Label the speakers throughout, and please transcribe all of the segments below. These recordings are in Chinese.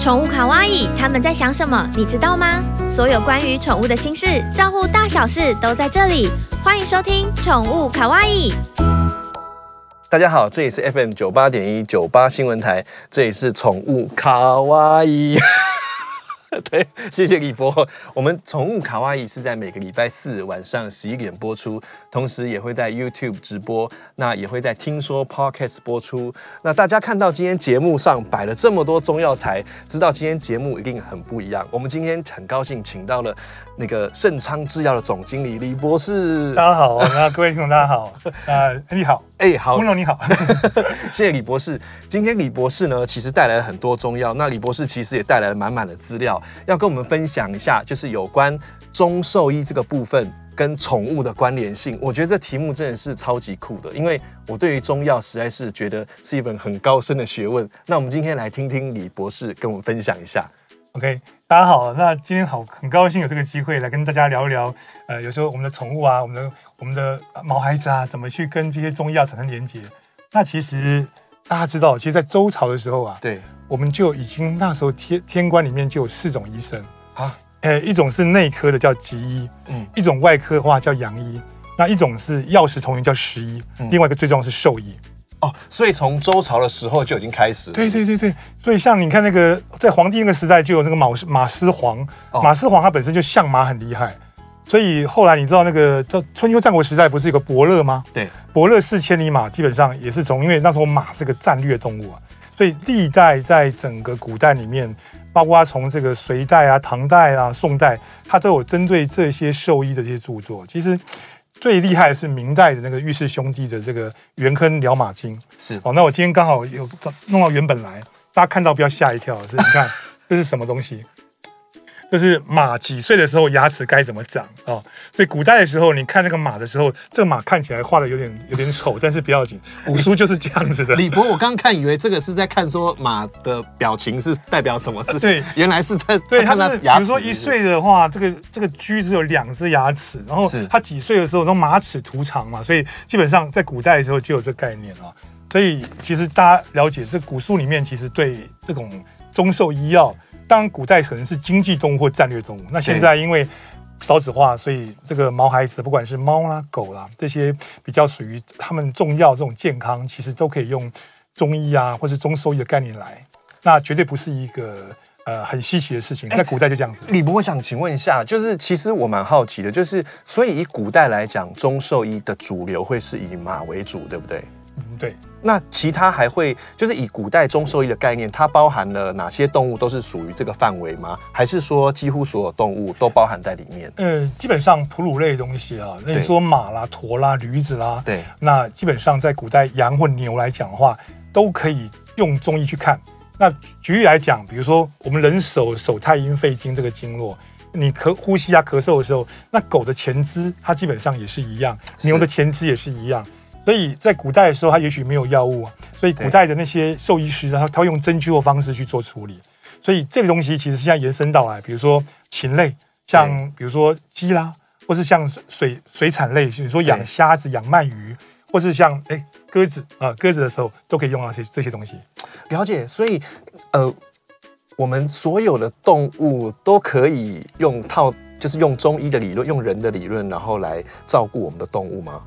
Speaker 1: 宠物卡哇伊，他们在想什么，你知道吗？所有关于宠物的心事、照顾大小事都在这里，欢迎收听《宠物卡哇伊》。
Speaker 2: 大家好，这里是 FM 九八点一九八新闻台，这里是宠物卡哇伊。 对，谢谢李博。我们宠物卡哇伊是在每个礼拜四晚上十一点播出，同时也会在 YouTube 直播，那也会在听说 Podcast 播出。那大家看到今天节目上摆了这么多中药材，知道今天节目一定很不一样。我们今天很高兴请到了那个盛昌制药的总经理李博士。
Speaker 3: 大家好， 那各位听众大家好，呃，你好，
Speaker 2: 哎、好，
Speaker 3: 乌龙你好，
Speaker 2: 谢谢李博士。今天李博士呢，其实带来了很多中药，那李博士其实也带来了满满的资料，要跟我们分享一下，就是有关中兽医这个部分跟宠物的关联性。我觉得这题目真的是超级酷的，因为我对于中药实在是觉得是一本很高深的学问。那我们今天来听听李博士跟我们分享一下。
Speaker 3: OK，大家好，那今天好，很高兴有这个机会来跟大家聊一聊，呃，有时候我们的宠物啊，我们的我们的呃毛孩子啊，怎么去跟这些中医药产生连接？那其实大家知道，其实，在周朝的时候啊，
Speaker 2: 对
Speaker 3: 我们就已经那时候天天官里面就有四种医生
Speaker 2: 啊，
Speaker 3: 呃，一种是内科的叫吉医，
Speaker 2: 嗯
Speaker 3: 嗯，一种外科的话叫洋医，那一种是药食同源叫食医，
Speaker 2: 嗯
Speaker 3: 另外一个最重要是兽医。
Speaker 2: 哦，所以从周朝的时候就已经开始了。
Speaker 3: 对对对对，所以像你看那个在皇帝那个时代就有那个马马师黄，
Speaker 2: 哦
Speaker 3: 马师黄他本身就相马很厉害，所以后来你知道那个在春秋战国时代不是有个伯乐吗？
Speaker 2: 对，
Speaker 3: 伯乐四千里马基本上也是从，因为那时候马是个战略动物啊，所以历代在整个古代里面，包括从这个隋代啊、唐代啊、宋代，它都有针对这些兽医的这些著作。其实最厉害的是明代的那个御史兄弟的这个《元亨疗马经》。
Speaker 2: 是
Speaker 3: 哦，那我今天刚好有找弄到原本来，大家看到不要吓一跳，是你看这是什么东西？这是马几岁的时候牙齿该怎么长啊、哦？所以古代的时候，你看那个马的时候，这个马看起来画的有点有点丑，但是不要紧，古书就是这样子的。
Speaker 2: 李博，我刚看以为这个是在看说马的表情是代表什么事情，
Speaker 3: 对
Speaker 2: 原来是在
Speaker 3: 对，
Speaker 2: 看
Speaker 3: 它
Speaker 2: 它
Speaker 3: 是比
Speaker 2: 牙齿。
Speaker 3: 如说一岁的话，这个这个驹只有两只牙齿，然后
Speaker 2: 是
Speaker 3: 它几岁的时候，那马齿图长嘛，所以基本上在古代的时候就有这概念啊。所以其实大家了解这古书里面，其实对这种中兽医药，当然古代可能是经济动物或战略动物，那现在因为。少子化，所以这个毛孩子，不管是猫啦、狗啦，这些比较属于他们重要这种健康，其实都可以用中医啊，或是中兽医的概念来。那绝对不是一个呃很稀奇的事情，在古代就这样子。
Speaker 2: 李博，我想请问一下，就是其实我蛮好奇的，就是所以以古代来讲，中兽医的主流会是以马为主，对不对？
Speaker 3: 嗯对，
Speaker 2: 那其他还会就是以古代中兽医的概念，它包含了哪些动物都是属于这个范围吗？还是说几乎所有动物都包含在里面？
Speaker 3: 呃，基本上哺乳类的东西啊，那你
Speaker 2: 对
Speaker 3: 说马啦、驼啦、驴子啦，
Speaker 2: 对，
Speaker 3: 那基本上在古代羊或牛来讲的话，都可以用中医去看。那举举例来讲，比如说我们人手手太阴肺经这个经络，你咳呼吸啊咳嗽的时候，那狗的前肢它基本上也是一样，
Speaker 2: 是
Speaker 3: 牛的前肢也是一样。所以在古代的时候，它也许没有药物啊，所以古代的那些兽医师，他他会用针灸的方式去做处理。所以这个东西其实现在延伸到来，比如说禽类，像比如说鸡啦，或是像水水产类，比如说养
Speaker 2: 对
Speaker 3: 虾子、养鳗鱼，或是像哎鸽子啊、鸽子的时候都可以用到这这些东西。
Speaker 2: 了解，所以呃，我们所有的动物都可以用套，就是用中医的理论，用人的理论，然后来照顾我们的动物吗？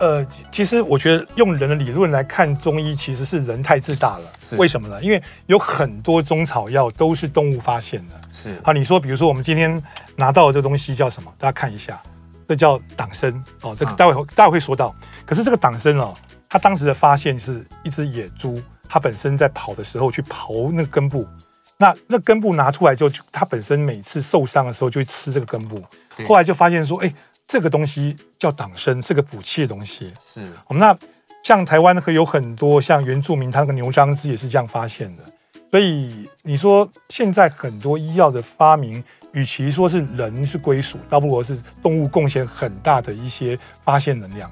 Speaker 3: 呃，其其实我觉得用人的理论来看中医，其实是人太自大了
Speaker 2: 是。
Speaker 3: 为什么呢？因为有很多中草药都是动物发现的。
Speaker 2: 是
Speaker 3: 啊好，你说，比如说我们今天拿到的这东西叫什么？大家看一下，这叫党参哦，这个
Speaker 2: 啊
Speaker 3: 待会、待会会说到。可是这个党参哦，它当时的发现是一只野猪，它本身在跑的时候去刨那个根部，那那根部拿出来之后，就它本身每次受伤的时候就会吃这个根部
Speaker 2: 对，
Speaker 3: 后来就发现说，哎，这个东西叫党参，是个补气的东西。
Speaker 2: 是，
Speaker 3: 我哦们那像台湾可有很多像原住民，他那个牛樟芝也是这样发现的。所以你说现在很多医药的发明，与其说是人是归属，倒不如说是动物贡献很大的一些发现能量。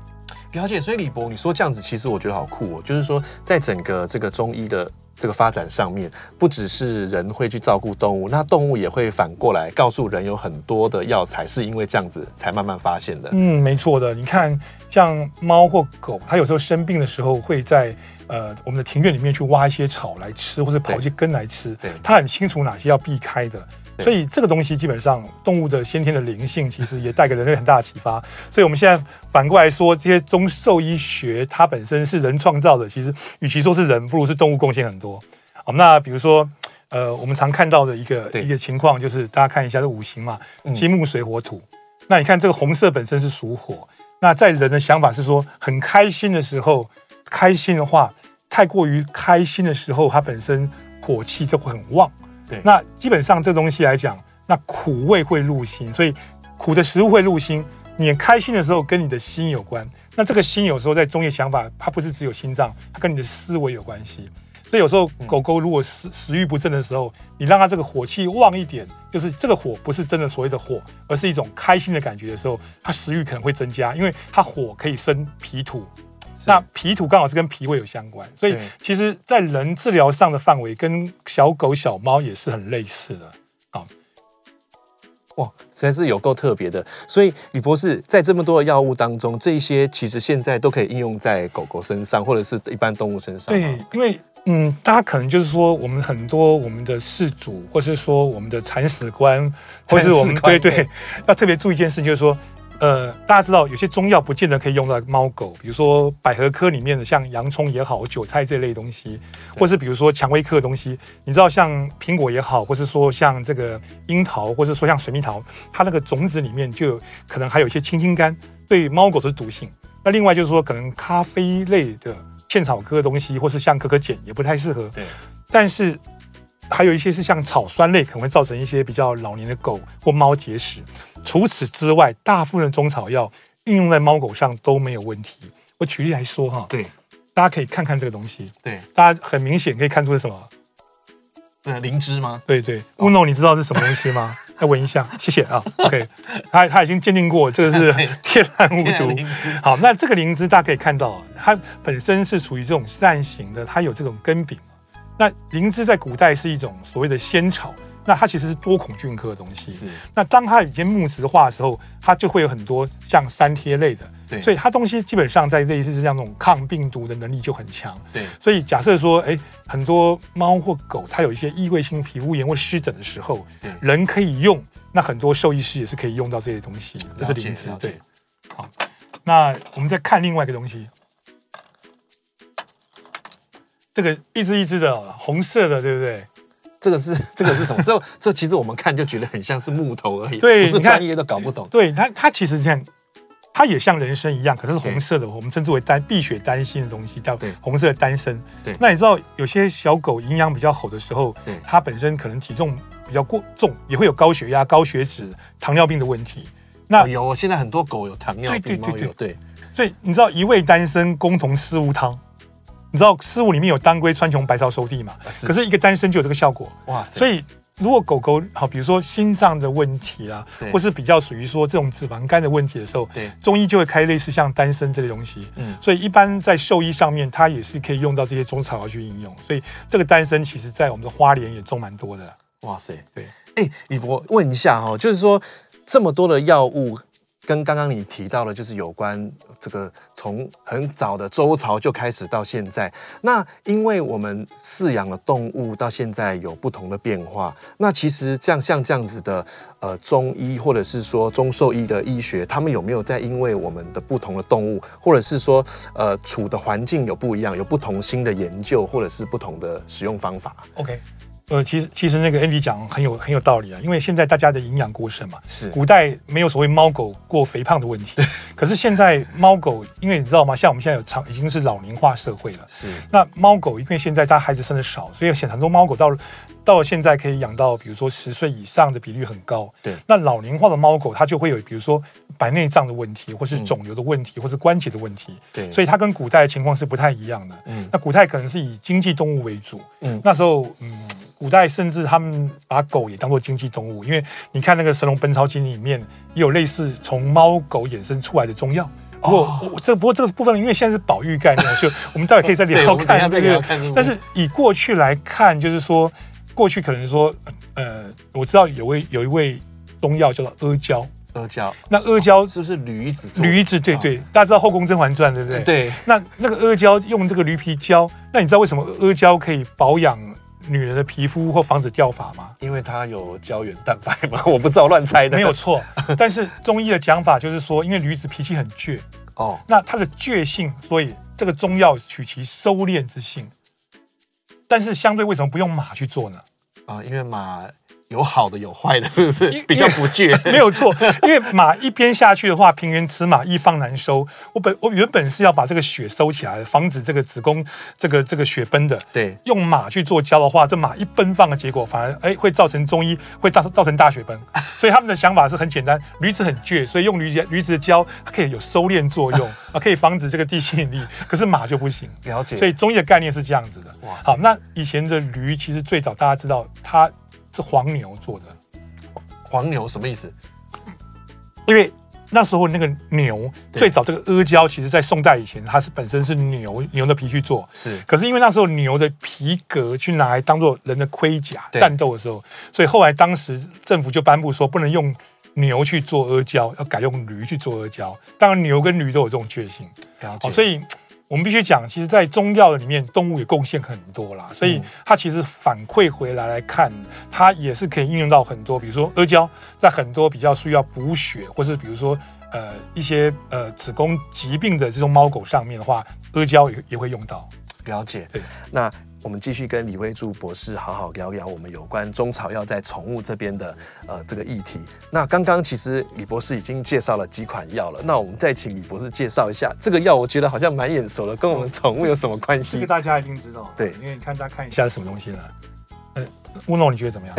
Speaker 2: 了解，所以李博，你说这样子，其实我觉得好酷哦。就是说，在整个这个中医的这个发展上面，不只是人会去照顾动物，那动物也会反过来告诉人有很多的药材是因为这样子才慢慢发现的。
Speaker 3: 嗯，没错的。你看，像猫或狗，它有时候生病的时候会在呃我们的庭院里面去挖一些草来吃，或者刨一些根来吃。
Speaker 2: 对
Speaker 3: 它很清楚哪些要避开的。
Speaker 2: 对
Speaker 3: 所以这个东西基本上，动物的先天的灵性其实也带给人类很大的启发。所以我们现在反过来说，这些中兽医学它本身是人创造的，其实与其说是人，不如是动物贡献很多。好，那比如说，呃，我们常看到的一个
Speaker 2: 对嗯
Speaker 3: 一个情况就是，大家看一下这五行嘛，金木水火土。那你看这个红色本身是属火，那在人的想法是说，很开心的时候，开心的话，太过于开心的时候，它本身火气就会很旺。
Speaker 2: 对
Speaker 3: 那基本上这东西来讲，那苦味会入心，所以苦的食物会入心。你开心的时候跟你的心有关，那这个心有时候在中医想法，它不是只有心脏，它跟你的思维有关系。所以有时候狗狗如果食食欲不振的时候，你让它这个火气旺一点，就是这个火不是真的所谓的火，而是一种开心的感觉的时候，它食欲可能会增加，因为它火可以生脾土，那脾土刚好是跟脾胃有相关，所以
Speaker 2: 对
Speaker 3: 其实，在人治疗上的范围跟小狗、小猫也是很类似的。
Speaker 2: 哇，实在是有够特别的。所以李博士在这么多的药物当中，这一些其实现在都可以应用在狗狗身上，或者是一般动物身上吗。
Speaker 3: 对，因为嗯，大家可能就是说，我们很多我们的事主，或是说我们的铲屎官， 或是我们
Speaker 2: 铲屎官
Speaker 3: 对对，要特别注意一件事情，就是说。呃，大家知道有些中药不见得可以用到猫狗，比如说百合科里面的像洋葱也好、韭菜这类东西，或是比如说蔷薇科的东西，你知道像苹果也好，或是说像这个樱桃，或是说像水蜜桃，它那个种子里面就有可能还有一些青青苷，对猫狗都是毒性。那另外就是说，可能咖啡类的茜草科的东西，或是像可可碱也不太适合。
Speaker 2: 对，
Speaker 3: 但是还有一些是像草酸类，可能会造成一些比较老年的狗或猫结石。除此之外，大部分的中草药应用在猫狗上都没有问题。我举例来说哈，
Speaker 2: 对
Speaker 3: 大家可以看看这个东西，
Speaker 2: 对，
Speaker 3: 大家很明显可以看出是什么。
Speaker 2: 那灵芝吗？
Speaker 3: 对对，Uno，你知
Speaker 2: 哦
Speaker 3: 道是什么东西吗？ 要闻一下，谢谢啊。OK，他 他已经鉴定过，这个是天然无
Speaker 2: 天然
Speaker 3: 毒
Speaker 2: 灵芝。
Speaker 3: 好，那这个灵芝大家可以看到，它本身是属于这种扇形的，它有这种根柄。那灵芝在古代是一种所谓的仙草，那它其实是多孔菌科的东西。
Speaker 2: 是。
Speaker 3: 那当它已经木质化的时候，它就会有很多像三贴类的，
Speaker 2: 对
Speaker 3: 所以它东西基本上在类似像那种抗病毒的能力就很强。
Speaker 2: 对
Speaker 3: 所以假设说，哎，很多猫或狗它有一些异位性皮肤炎或湿疹的时候
Speaker 2: 对，
Speaker 3: 人可以用，那很多兽医师也是可以用到这些东西，这是
Speaker 2: 了解
Speaker 3: 灵芝
Speaker 2: 了。解
Speaker 3: 对，好，那我们再看另外一个东西，这个一只一只的红色的，对不对？
Speaker 2: 这个是 这个是什么？这这其实我们看就觉得很像是木头而已，
Speaker 3: 对
Speaker 2: 不是
Speaker 3: 你看
Speaker 2: 专业都搞不懂。
Speaker 3: 对它，它其实像，它也像人参一样，可是是红色的，我们称之为丹碧血丹心的东西，叫
Speaker 2: 对
Speaker 3: 红色丹参。
Speaker 2: 对
Speaker 3: 那你知道有些小狗营养比较好的时候
Speaker 2: 对，
Speaker 3: 它本身可能体重比较过重，也会有高血压、高血脂、糖尿病的问题。那
Speaker 2: 哦，有，现在很多狗有糖尿
Speaker 3: 对对
Speaker 2: 病，猫
Speaker 3: 对对
Speaker 2: 有，对，
Speaker 3: 所以你知道一味丹参共同四物汤，你知道四物里面有当归、川穹、白芍、熟地嘛？
Speaker 2: 啊是
Speaker 3: 可是一个丹参就有这个效果。
Speaker 2: 哇塞，
Speaker 3: 所以如果狗狗好，比如说心脏的问题啊
Speaker 2: 对，
Speaker 3: 或是比较属于说这种脂肪肝的问题的时候，
Speaker 2: 对
Speaker 3: 中医就会开类似像丹参这类东西。
Speaker 2: 嗯
Speaker 3: 所以一般在兽医上面，它也是可以用到这些中草药去应用。所以这个丹参其实在我们的花莲也种蛮多的。
Speaker 2: 哇塞，
Speaker 3: 对，
Speaker 2: 哎、李博问一下哈、哦，就是说这么多的药物，跟刚刚你提到的，就是有关这个从很早的周朝就开始到现在，那因为我们饲养的动物到现在有不同的变化，那其实像像这样子的呃中医或者是说中兽医的医学，他们有没有在因为我们的不同的动物，或者是说呃处的环境有不一样，有不同新的研究或者是不同的使用方法？
Speaker 3: OK，呃，其实其实那个 Andy 讲很有很有道理啊，因为现在大家的营养过剩嘛，
Speaker 2: 是
Speaker 3: 古代没有所谓猫狗过肥胖的问 题，可是现在猫狗，因为你知道吗？像我们现在有长已经是老龄化社会了，
Speaker 2: 是
Speaker 3: 那猫狗因为现在大家孩子生的少，所以显很多猫狗到到现在可以养到，比如说十岁以上的比率很高。
Speaker 2: 对
Speaker 3: 那老龄化的猫狗，它就会有比如说白内障的问题，或是肿瘤的问题，或是关节的问题。
Speaker 2: 对
Speaker 3: 所以它跟古代的情况是不太一样的。
Speaker 2: 嗯
Speaker 3: 那古代可能是以经济动物为主。
Speaker 2: 嗯
Speaker 3: 那时候嗯。古代甚至他们把狗也当做经济动物，因为你看那个《神龙本草经》里面也有类似从猫狗衍生出来的中药，如果
Speaker 2: 哦
Speaker 3: 我、我这不过这个部分，因为现在是保育概念，所以我们待会可以再
Speaker 2: 对
Speaker 3: 聊
Speaker 2: 我们等一下
Speaker 3: 看
Speaker 2: 再
Speaker 3: 这个
Speaker 2: 聊看这个
Speaker 3: 但是以过去来看，就是说过去可能说，呃，我知道有位有一位中药叫做阿胶，
Speaker 2: 阿胶，
Speaker 3: 那阿胶
Speaker 2: 是不哦是驴子做的？
Speaker 3: 驴子，对对，大家知道《后宫甄嬛传》对不对？。
Speaker 2: 对，
Speaker 3: 那那个阿胶用这个驴皮胶，那你知道为什么阿胶可以保养女人的皮肤或防止掉发吗？
Speaker 2: 因为它有胶原蛋白嘛， 我不知道我乱猜的。
Speaker 3: 没有错，但是中医的讲法就是说，因为驴子脾气很倔，
Speaker 2: 哦，
Speaker 3: 那它的倔性，所以这个中药取其收敛之性。但是相对为什么不用马去做呢？
Speaker 2: 啊、因为马有好的有坏的，是不是
Speaker 3: 因
Speaker 2: 比较不倔？
Speaker 3: 没有错，因为马一边下去的话，平原驰马，一方难收。我本我原本是要把这个血收起来，防止这个子宫这个这个血崩的。
Speaker 2: 对，
Speaker 3: 用马去做胶的话，这马一奔放的结果，反而哎会造成中医会造造成大血崩。所以他们的想法是很简单，驴子很倔，所以用驴驴子的胶它可以有收敛作 用啊，可以防止这个地心引力。可是马就不行。
Speaker 2: 了解。
Speaker 3: 所以中医的概念是这样子的。
Speaker 2: 哇
Speaker 3: 好，那以前的驴其实最早大家知道它是黄牛做的，
Speaker 2: 黄牛什么意思？
Speaker 3: 因为那时候那个牛
Speaker 2: 对
Speaker 3: 最早这个阿胶，其实在宋代以前它是本身是牛牛的皮去做，
Speaker 2: 是
Speaker 3: 可是因为那时候牛的皮革去拿来当做人的盔甲，
Speaker 2: 对
Speaker 3: 战斗的时候，所以后来当时政府就颁布说不能用牛去做阿胶，要改用驴去做阿胶。当然牛跟驴都有这种倔性，
Speaker 2: 了解。
Speaker 3: 哦，所以。我们必须讲，其实，在中药里面，动物也贡献很多啦，所以它其实反馈回来来看，它也是可以应用到很多，比如说阿胶，在很多比较需要补血，或是比如说呃一些呃子宫疾病的这种猫狗上面的话，阿胶也也会用到。
Speaker 2: 了解
Speaker 3: 对。
Speaker 2: 那我们继续跟李慧珠博士好好聊聊我们有关中草药在宠物这边的呃这个议题。那刚刚其实李博士已经介绍了几款药了，那我们再请李博士介绍一下这个药，我觉得好像蛮眼熟的，跟我们宠物有什么关
Speaker 3: 这个
Speaker 2: 系？
Speaker 3: 大家一定知道，
Speaker 2: 对
Speaker 3: 因为你看大家看一下是什么东西呢？呃，乌诺，你觉得怎么样？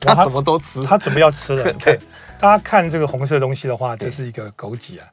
Speaker 2: 它什么都吃，
Speaker 3: 他准备要 吃了。
Speaker 2: 对
Speaker 3: 对，大家看这个红色的东西的话，这是一个枸杞啊。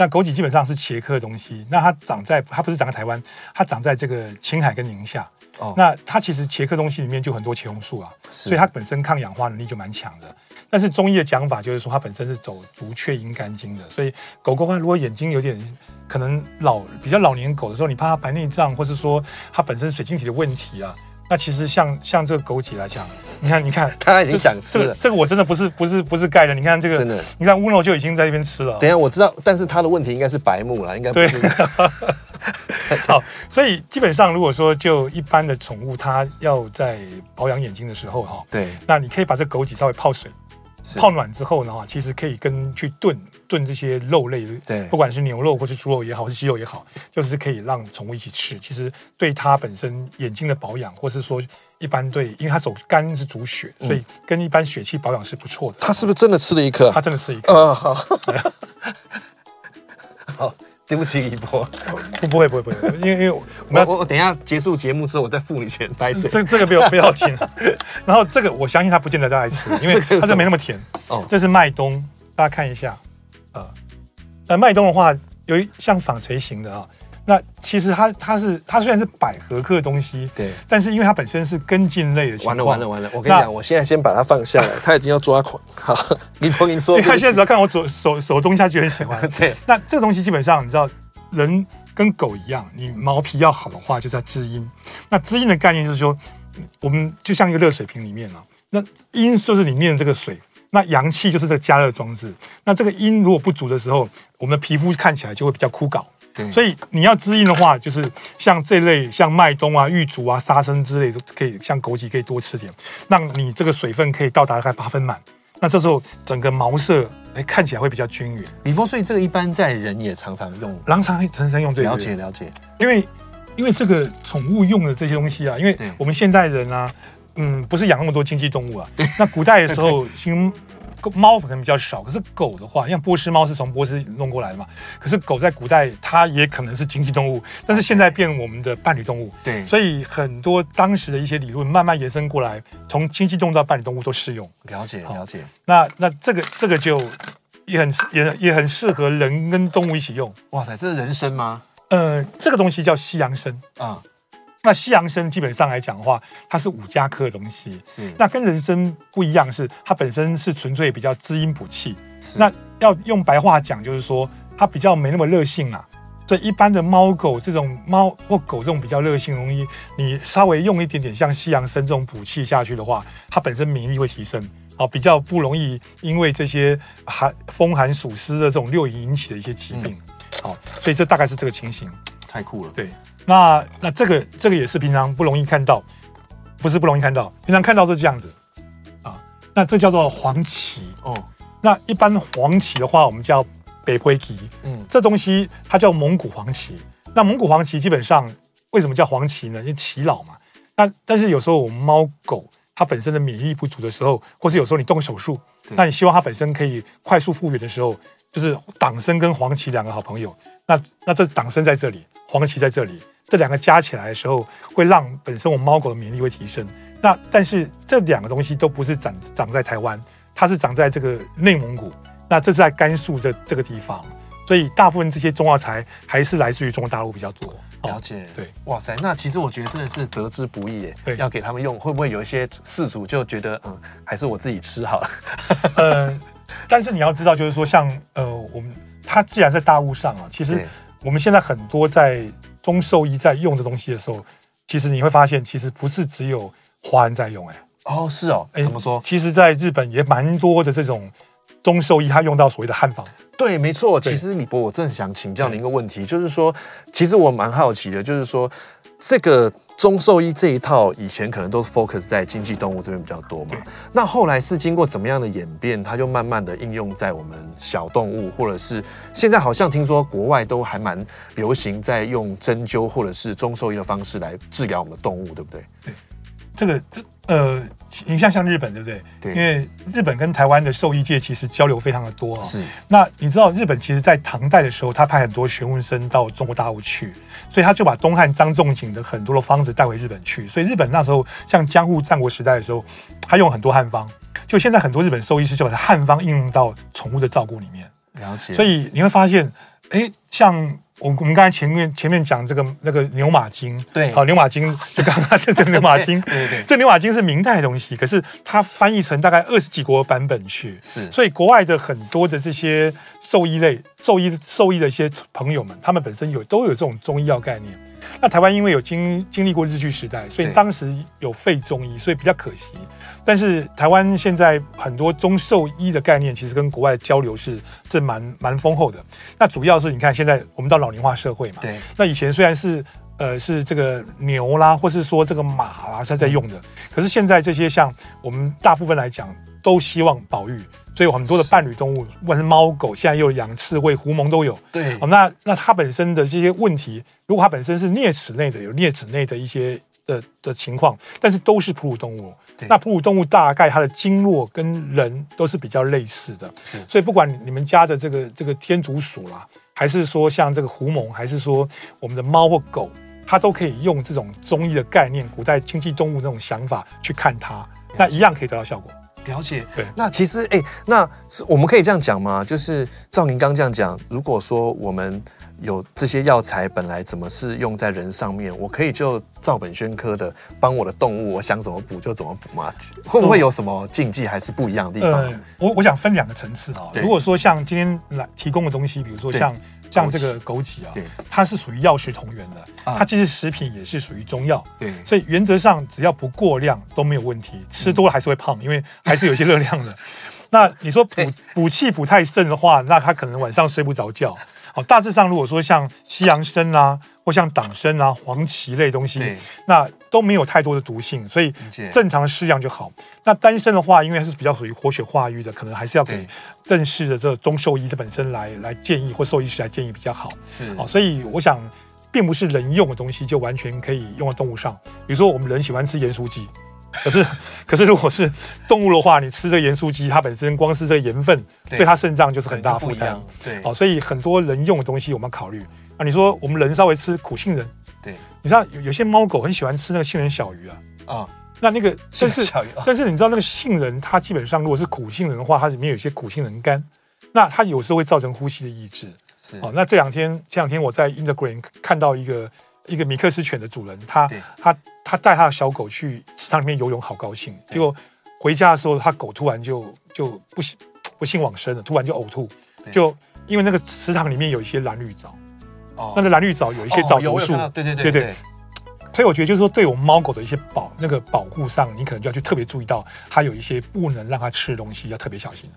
Speaker 3: 那枸杞基本上是茄科的东西，那它长在它不是长在台湾，它长在这个青海跟宁夏。
Speaker 2: 哦
Speaker 3: 那它其实茄科东西里面就很多茄红素啊，
Speaker 2: 是
Speaker 3: 所以它本身抗氧化能力就蛮强的。但是中医的讲法就是说，它本身是走足厥阴肝经的，所以狗狗它如果眼睛有点可能老比较老年狗的时候，你怕它白内障，或是说它本身水晶体的问题啊，那其实像像这个枸杞来讲，你看你看
Speaker 2: 它已经想吃
Speaker 3: 这
Speaker 2: 了
Speaker 3: 个这个我真的不是不是不是盖的，你看这个
Speaker 2: 真的，
Speaker 3: 你看乌诺就已经在这边吃了。
Speaker 2: 等一下我知道，但是它的问题应该是白目啦，应该不是。
Speaker 3: 好，所以基本上如果说就一般的宠物，它要在保养眼睛的时候哈，
Speaker 2: 对，
Speaker 3: 那你可以把这枸杞稍微泡水，
Speaker 2: 是
Speaker 3: 泡暖之后呢，哈，其实可以跟去炖炖这些肉类，
Speaker 2: 对
Speaker 3: 不管是牛肉或是猪肉也好，或是鸡肉也好，就是可以让宠物一起吃。其实对它本身眼睛的保养，或是说一般对，因为它走肝是主血，所以跟一般血气保养是不错的。
Speaker 2: 它是不是真的吃了一颗
Speaker 3: 它？真的是一个
Speaker 2: 呃，好， 好，对不起李博，
Speaker 3: 不不会不会不会，因为因为我
Speaker 2: 我
Speaker 3: 们要
Speaker 2: 我我等一下结束节目之后，我再付你钱，拍谁？
Speaker 3: 这这个不要不要紧。 然后这个我相信它不见得大家爱吃，因为它是没那么甜。
Speaker 2: 哦
Speaker 3: 这是麦冬，大家看一下，呃，那麦冬的话，有一像纺锤型的啊、那其实它它是它虽然是百合科的东西，
Speaker 2: 对
Speaker 3: 但是因为它本身是根茎类的情
Speaker 2: 完
Speaker 3: 况，
Speaker 2: 了完了完了！我跟你
Speaker 3: 那
Speaker 2: 讲，我现在先把它放下 来，他已经要抓狂。好，李鹏，你
Speaker 3: 因
Speaker 2: 说
Speaker 3: 为他现在只
Speaker 2: 对。
Speaker 3: 要看我手手手动一下就很喜欢
Speaker 2: 对，
Speaker 3: 那这个东西基本上你知道，人跟狗一样，你毛皮要好的话就是要滋阴。那滋阴的概念就是说，我们就像一个热水瓶里面啊，那阴就是里面的这个水。那阳气就是这个加热装置，那这个阴如果不足的时候，我们的皮肤看起来就会比较枯槁。
Speaker 2: 对
Speaker 3: 所以你要滋阴的话，就是像这类像麦冬啊、玉竹啊、沙参之类都可以，像枸杞可以多吃点，让你这个水分可以到达大概八分满。那这时候整个毛色哎看起来会比较均匀，
Speaker 2: 李波，所以这个一般在人也常常用，
Speaker 3: 狼常常常用对不对
Speaker 2: 了解了解。
Speaker 3: 因为因为这个宠物用的这些东西啊，因为
Speaker 2: 对
Speaker 3: 我们现代人啊，嗯，不是养那么多经济动物啊。那古代的 时候，行狗猫可能比较少，可是狗的话，像波斯猫是从波斯弄过来的嘛。可是狗在古代它也可能是经济动物，但是现在变我们的伴侣动物。
Speaker 2: 对
Speaker 3: 所以很多当时的一些理论慢慢延伸过来，从经济动物到伴侣动物都适用。
Speaker 2: 了解了解。
Speaker 3: 那那这个这个就也很也也很适合人跟动物一起用。
Speaker 2: 哇塞，这是人参吗？
Speaker 3: 呃，这个东西叫西洋参。
Speaker 2: 啊，
Speaker 3: 那西洋参基本上来讲的话，它是五加科的东西。
Speaker 2: 是
Speaker 3: 那跟人参不一样是，它本身是纯粹比较滋阴补气。
Speaker 2: 是
Speaker 3: 那要用白话讲，就是说它比较没那么热性啊。所以一般的猫狗这种猫或狗这种比较热性，容易你稍微用一点点像西洋参这种补气下去的话，它本身免疫力会提升，啊，比较不容易因为这些寒风寒暑湿的这种六淫引起的一些疾病，好、所以这大概是这个情形。
Speaker 2: 太酷了。
Speaker 3: 对，那那这个这个也是平常不容易看到，不是不容易看到，平常看到是这样子啊。那这叫做黄芪。
Speaker 2: 哦，
Speaker 3: 那一般黄芪的话，我们叫北灰芪，
Speaker 2: 嗯，
Speaker 3: 这东西它叫蒙古黄芪。那蒙古黄芪基本上为什么叫黄芪呢？因为芪老嘛。那但是有时候我们猫狗它本身的免疫力不足的时候，或是有时候你动个手术，那你希望它本身可以快速复原的时候，就是党参跟黄芪两个好朋友。那那这党参在这里，黄芪在这里，这两个加起来的时候，会让本身我们猫狗的免疫力会提升。那但是这两个东西都不是长长在台湾，它是长在这个内蒙古，那这是在甘肃这这个地方，所以大部分这些中药材还是来自于中国大陆比较多。哦
Speaker 2: 了解，
Speaker 3: 对，
Speaker 2: 哇塞，那其实我觉得真的是得之不易耶
Speaker 3: 对，
Speaker 2: 要给他们用，会不会有一些事主就觉得，嗯，还是我自己吃好了？
Speaker 3: 呃，但是你要知道，就是说像呃，我们它既然在大雾上啊，其实
Speaker 2: 对
Speaker 3: 我们现在很多在中兽医在用的东西的时候，其实你会发现，其实不是只有华人在用、哎。
Speaker 2: 哦，是哦，
Speaker 3: 哎
Speaker 2: 怎么说？
Speaker 3: 其实，在日本也蛮多的这种中兽医，他用到所谓的汉方。
Speaker 2: 对，没错。
Speaker 3: 对
Speaker 2: 其实李博，我正想请教您一个问题，就是说，其实我蛮好奇的，就是说，这个中兽医这一套以前可能都是 focus 在经济动物这边比较多嘛
Speaker 3: 对，
Speaker 2: 那后来是经过怎么样的演变，它就慢慢的应用在我们小动物，或者是现在好像听说国外都还蛮流行在用针灸或者是中兽医的方式来治疗我们的动物，对不对？
Speaker 3: 这个这呃，你像像日本对不对？
Speaker 2: 对
Speaker 3: 因为日本跟台湾的兽医界其实交流非常的多啊、
Speaker 2: 是
Speaker 3: 那你知道日本其实，在唐代的时候，他派很多学问生到中国大陆去，所以他就把东汉张仲景的很多的方子带回日本去。所以日本那时候，像江户战国时代的时候，他用很多汉方。就现在很多日本兽医师就把汉方应用到宠物的照顾里面。
Speaker 2: 了解。
Speaker 3: 所
Speaker 2: 以
Speaker 3: 以你会发现，哎，像我我们刚才前面前面讲这个那个牛马经，
Speaker 2: 对
Speaker 3: 好、牛马经就刚刚这这个牛马经，
Speaker 2: 对对对
Speaker 3: 这牛马经是明代的东西，可是它翻译成大概二十几国版本去，
Speaker 2: 是
Speaker 3: 所以国外的很多的这些兽医类、兽医、兽医的一些朋友们，他们本身有都有这种中医药概念。那台湾因为有经经历过日据时代，所以
Speaker 2: 对
Speaker 3: 当时有废中医，所以比较可惜。但是台湾现在很多中兽医的概念，其实跟国外的交流是是蛮蛮丰厚的。那主要是你看现在我们到老龄化社会嘛，
Speaker 2: 对
Speaker 3: 那以前虽然是呃是这个牛啦，或是说这个马啦是在用
Speaker 2: 嗯
Speaker 3: 的，可是现在这些像我们大部分来讲都希望保育，所以有很多的伴侣动物，不管是猫狗，现在又有养刺猬、狐獴都有。
Speaker 2: 对
Speaker 3: 哦，那那它本身的这些问题，如果它本身是啮齿类的，有啮齿类的一些的的情况，但是都是哺乳动物
Speaker 2: 对。
Speaker 3: 那哺乳动物大概它的经络跟人都是比较类似的，
Speaker 2: 是
Speaker 3: 所以不管你们家的这个这个天竺鼠啦，还是说像这个狐獴，还是说我们的猫或狗，它都可以用这种中医的概念、古代经济动物那种想法去看它，那一样可以得到效果。
Speaker 2: 了解，
Speaker 3: 对
Speaker 2: 那其实，哎、那是我们可以这样讲吗？就是照您刚这样讲，如果说我们有这些药材本来怎么是用在人上面，我可以就照本宣科的帮我的动物，我想怎么补就怎么补吗？会不会有什么禁忌还是不一样的地方？
Speaker 3: 呃，我我想分两个层次啊。
Speaker 2: 对
Speaker 3: 如果说像今天来提供的东西，比如说
Speaker 2: 对
Speaker 3: 像像这个枸杞啊
Speaker 2: 对，
Speaker 3: 它是属于药食同源的，
Speaker 2: 啊
Speaker 3: 它其实食品也是属于中药。
Speaker 2: 对
Speaker 3: 所以原则上只要不过量都没有问题，吃多了还是会胖，因为还是有一些热量 的。那你说补补气补太盛的话，那他可能晚上睡不着觉。好，大致上如果说像西洋参啊，或像党参啊、黄芪类东西
Speaker 2: 对，
Speaker 3: 那都没有太多的毒性，所以
Speaker 2: 解
Speaker 3: 正常适量就好。那丹参的话，因为它是比较属于活血化瘀的，可能还是要给
Speaker 2: 对
Speaker 3: 正式的这个中兽医的本身来来建议，或兽医师来建议比较好。
Speaker 2: 是
Speaker 3: 哦，所以我想，并不是人用的东西就完全可以用到动物上。比如说，我们人喜欢吃盐酥鸡， 可是可是如果是动物的话，你吃这个盐酥鸡，它本身光是这个盐分
Speaker 2: 对
Speaker 3: 对它肾脏就是很大的负
Speaker 2: 不一
Speaker 3: 担
Speaker 2: 样。，对，
Speaker 3: 哦，所以很多人用的东西我们要考虑。啊，你说我们人稍微吃苦杏仁，
Speaker 2: 对，
Speaker 3: 你知道有有些猫狗很喜欢吃那个杏仁小鱼啊，
Speaker 2: 啊，
Speaker 3: 那那个但是
Speaker 2: 杏仁小鱼哦
Speaker 3: 但是你知道那个杏仁，它基本上如果是苦杏仁的话，它里面有一些苦杏仁苷，那它有时候会造成呼吸的抑制。
Speaker 2: 是
Speaker 3: 哦，那这两天这两天我在 Instagram 看到一个一个米克斯犬的主人，他
Speaker 2: 对
Speaker 3: 他他带他的小狗去池塘里面游泳，好高兴。结果回家的时候，他狗突然就就不幸不幸往生了，突然就呕吐。
Speaker 2: 对
Speaker 3: 就因为那个池塘里面有一些蓝绿藻，
Speaker 2: 哦
Speaker 3: 那个蓝绿藻有一些藻
Speaker 2: 哦有
Speaker 3: 毒
Speaker 2: 我有
Speaker 3: 素，
Speaker 2: 看到对对对
Speaker 3: 对对所以我觉得就是说，对我们猫狗的一些保那个保护上，你可能就要去特别注意到，它有一些不能让它吃的东西，要特别小心。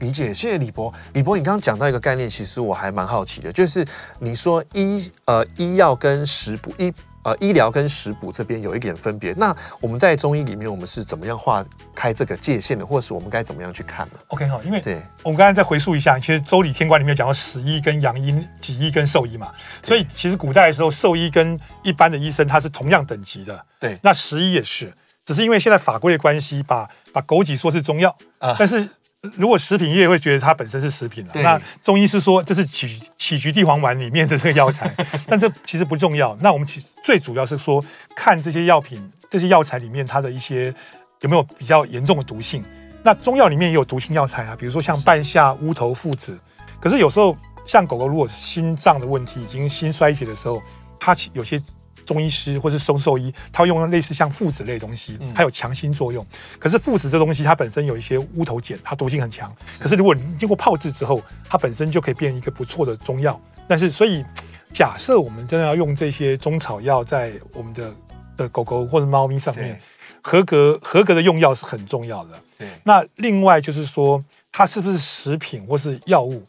Speaker 2: 理解，谢谢李博。李博，你刚刚讲到一个概念，其实我还蛮好奇的，就是你说医呃医药跟食补医呃医疗跟食补这边有一点分别，那我们在中医里面我们是怎么样划开这个界限的，或是我们该怎么样去看呢？
Speaker 3: OK 哈，因为
Speaker 2: 对
Speaker 3: 我们刚才再回溯一下，其实《周礼天官》里面有讲到十医跟阳医、己医跟兽医嘛，所以其实古代的时候，兽医跟一般的医生他是同样等级的。
Speaker 2: 对
Speaker 3: 那十医也是，只是因为现在法规的关系，把把枸杞说是中药
Speaker 2: 啊
Speaker 3: 但是。呃如果食品业会觉得它本身是食品了、
Speaker 2: 对
Speaker 3: 那中医是说这是杞杞菊地黄丸里面的这个药材，但这其实不重要。那我们其最主要是说看这些药品、这些药材里面它的一些有没有比较严重的毒性。那中药里面也有毒性药材啊，比如说像半夏、乌头、附子。可是有时候像狗狗如果心脏的问题已经心衰竭的时候，它其有些中医师或是松兽医，他会用类似像附子类的东西，它有强心作用。可是附子这东西它本身有一些乌头碱，它毒性很强。可是如果你经过泡制之后，它本身就可以变一个不错的中药。但是所以假设我们真的要用这些中草药在我们的的狗狗或者猫咪上
Speaker 2: 对，
Speaker 3: 面合格合格的用药是很重要的。
Speaker 2: 对
Speaker 3: 那另外就是说，它是不是食品或是药物？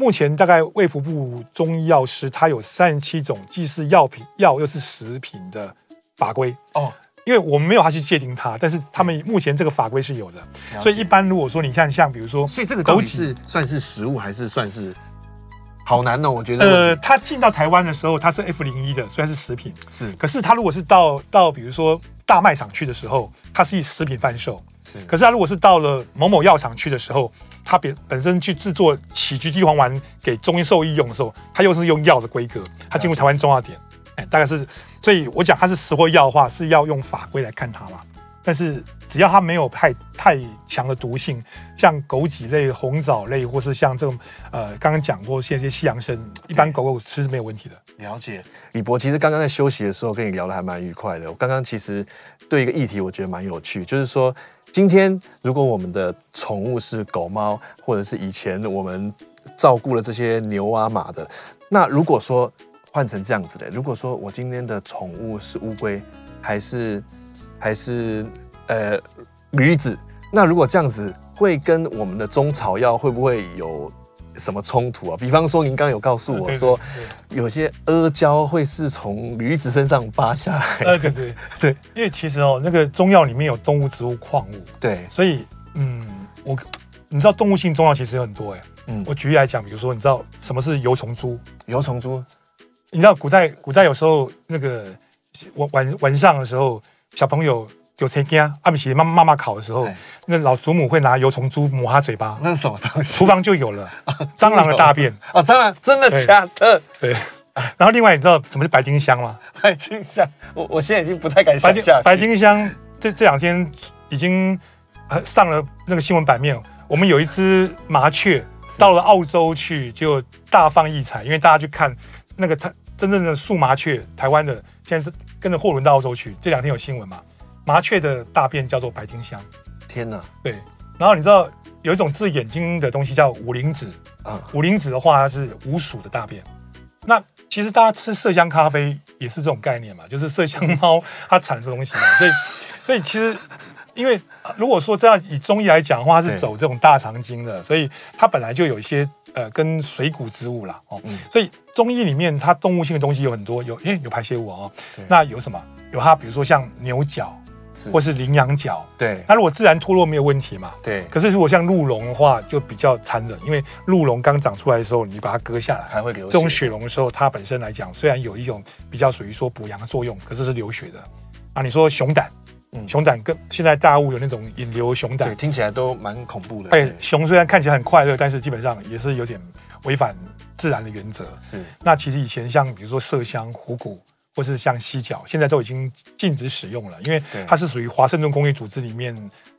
Speaker 3: 目前大概卫福部中医药师，它有三十七种既是药品药又是食品的法规，
Speaker 2: 哦，
Speaker 3: 因为我们没有它去界定它，但是他们目前这个法规是有的。
Speaker 2: 解
Speaker 3: 所以一般如果说你看像比如说，
Speaker 2: 所以这个到底
Speaker 3: 枸杞
Speaker 2: 是算是食物还是算是？好难哦，我觉得
Speaker 3: 呃，
Speaker 2: 问题
Speaker 3: 它进到台湾的时候，它是 F 零一的，虽然是食品，
Speaker 2: 是
Speaker 3: 可是它如果是到到比如说大卖场去的时候，它是以食品贩售；
Speaker 2: 是
Speaker 3: 可是它如果是到了某某药厂去的时候，它本本身去制作杞菊地黄丸给中医兽医用的时候，它又是用药的规格，它进入台湾中药典，哎，大概是，所以我讲它是实或药的话，是要用法规来看它嘛。但是只要它没有太太强的毒性，像枸杞类、红枣类，或是像这种呃刚刚讲过这些西洋参，一般狗狗吃是没有问题的。
Speaker 2: 了解，李博，其实刚刚在休息的时候跟你聊的还蛮愉快的。我刚刚其实对一个议题我觉得蛮有趣，就是说今天如果我们的宠物是狗猫，或者是以前我们照顾了这些牛啊马的，那如果说换成这样子的，如果说我今天的宠物是乌龟，还是还是呃驴子，那如果这样子会跟我们的中草药会不会有什么冲突啊？比方说您刚刚有告诉我
Speaker 3: 呃对对
Speaker 2: 说。
Speaker 3: 对
Speaker 2: 有些阿胶会是从驴子身上扒下来的，
Speaker 3: 呃，对对
Speaker 2: 对，
Speaker 3: 因为其实哦，那个中药里面有动物、植物、矿物，
Speaker 2: 对，
Speaker 3: 所以嗯，我你知道动物性中药其实有很多哎，
Speaker 2: 嗯
Speaker 3: 我举例来讲，比如说你知道什么是油虫珠？
Speaker 2: 油虫猪，
Speaker 3: 你知道古代古代有时候那个晚晚晚上的时候，小朋友有谁跟阿米奇妈妈妈烤的时候
Speaker 2: 哎，
Speaker 3: 那老祖母会拿油虫珠抹他 嘴巴，
Speaker 2: 那是什么东西？
Speaker 3: 厨房就有了蟑螂的大便。
Speaker 2: 哦，蟑螂，真的
Speaker 3: 对
Speaker 2: 假的？
Speaker 3: 对，然后另外你知道什么是白丁香吗？
Speaker 2: 白金香，我我现在已经不太敢
Speaker 3: 白
Speaker 2: 想
Speaker 3: 丁
Speaker 2: 下去。
Speaker 3: 白丁香这这两天已经呃上了那个新闻版面。我们有一只麻雀到了澳洲去，就大放异彩，因为大家去看那个它真正的树麻雀，台湾的现在是跟着货轮到澳洲去。这两天有新闻嘛？麻雀的大便叫做白丁香，
Speaker 2: 天哪，
Speaker 3: 对。然后你知道有一种治眼睛的东西叫五灵子，
Speaker 2: 啊、
Speaker 3: 五灵子的话它是五鼠的大便。那其实大家吃麝香咖啡也是这种概念嘛，就是麝香猫它产这东西嘛，所以 所以其实因为呃如果说这样以中医来讲的话，它
Speaker 2: 对
Speaker 3: 是走这种大肠经的，所以它本来就有一些呃跟水谷植物啦哦，
Speaker 2: 嗯
Speaker 3: 所以中医里面它动物性的东西有很多，有诶有排泄物啊、哦
Speaker 2: 对，
Speaker 3: 那有什么？有它比如说像牛角
Speaker 2: 是
Speaker 3: 或是羚羊角，
Speaker 2: 对
Speaker 3: 那如果自然脱落没有问题嘛，
Speaker 2: 对，
Speaker 3: 可是如果像鹿茸的话，就比较残忍，因为鹿茸刚长出来的时候，你把它割下来，
Speaker 2: 还会流
Speaker 3: 这种
Speaker 2: 血
Speaker 3: 血溶的时候，它本身来讲虽然有一种比较属于说补阳的作用，可是是流血的。啊，你说熊胆，
Speaker 2: 嗯
Speaker 3: 熊胆跟现在大物有那种引流熊胆
Speaker 2: 对，，听起来都蛮恐怖的。
Speaker 3: 哎
Speaker 2: 对，
Speaker 3: 熊虽然看起来很快乐，但是基本上也是有点违反自然的原则。
Speaker 2: 是
Speaker 3: 那其实以前像比如说麝香、虎骨，或是像犀角，现在都已经禁止使用了，因为
Speaker 2: 对
Speaker 3: 它是属于华盛顿公约组织里面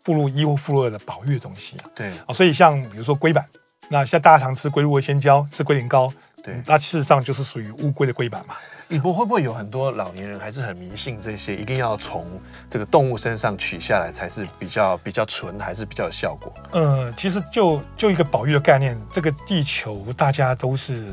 Speaker 3: 附录一或附录二的保育的东西啊。
Speaker 2: 对
Speaker 3: 哦，所以像比如说龟板，那现在大家常吃龟鹿的鲜椒，吃龟苓膏，
Speaker 2: 对，
Speaker 3: 那事实上就是属于乌龟的龟板嘛。
Speaker 2: 李博会不会有很多老年人还是很迷信这些，一定要从这个动物身上取下来才是比较比较纯，还是比较有效果？
Speaker 3: 呃，其实就就一个保育的概念，这个地球大家都是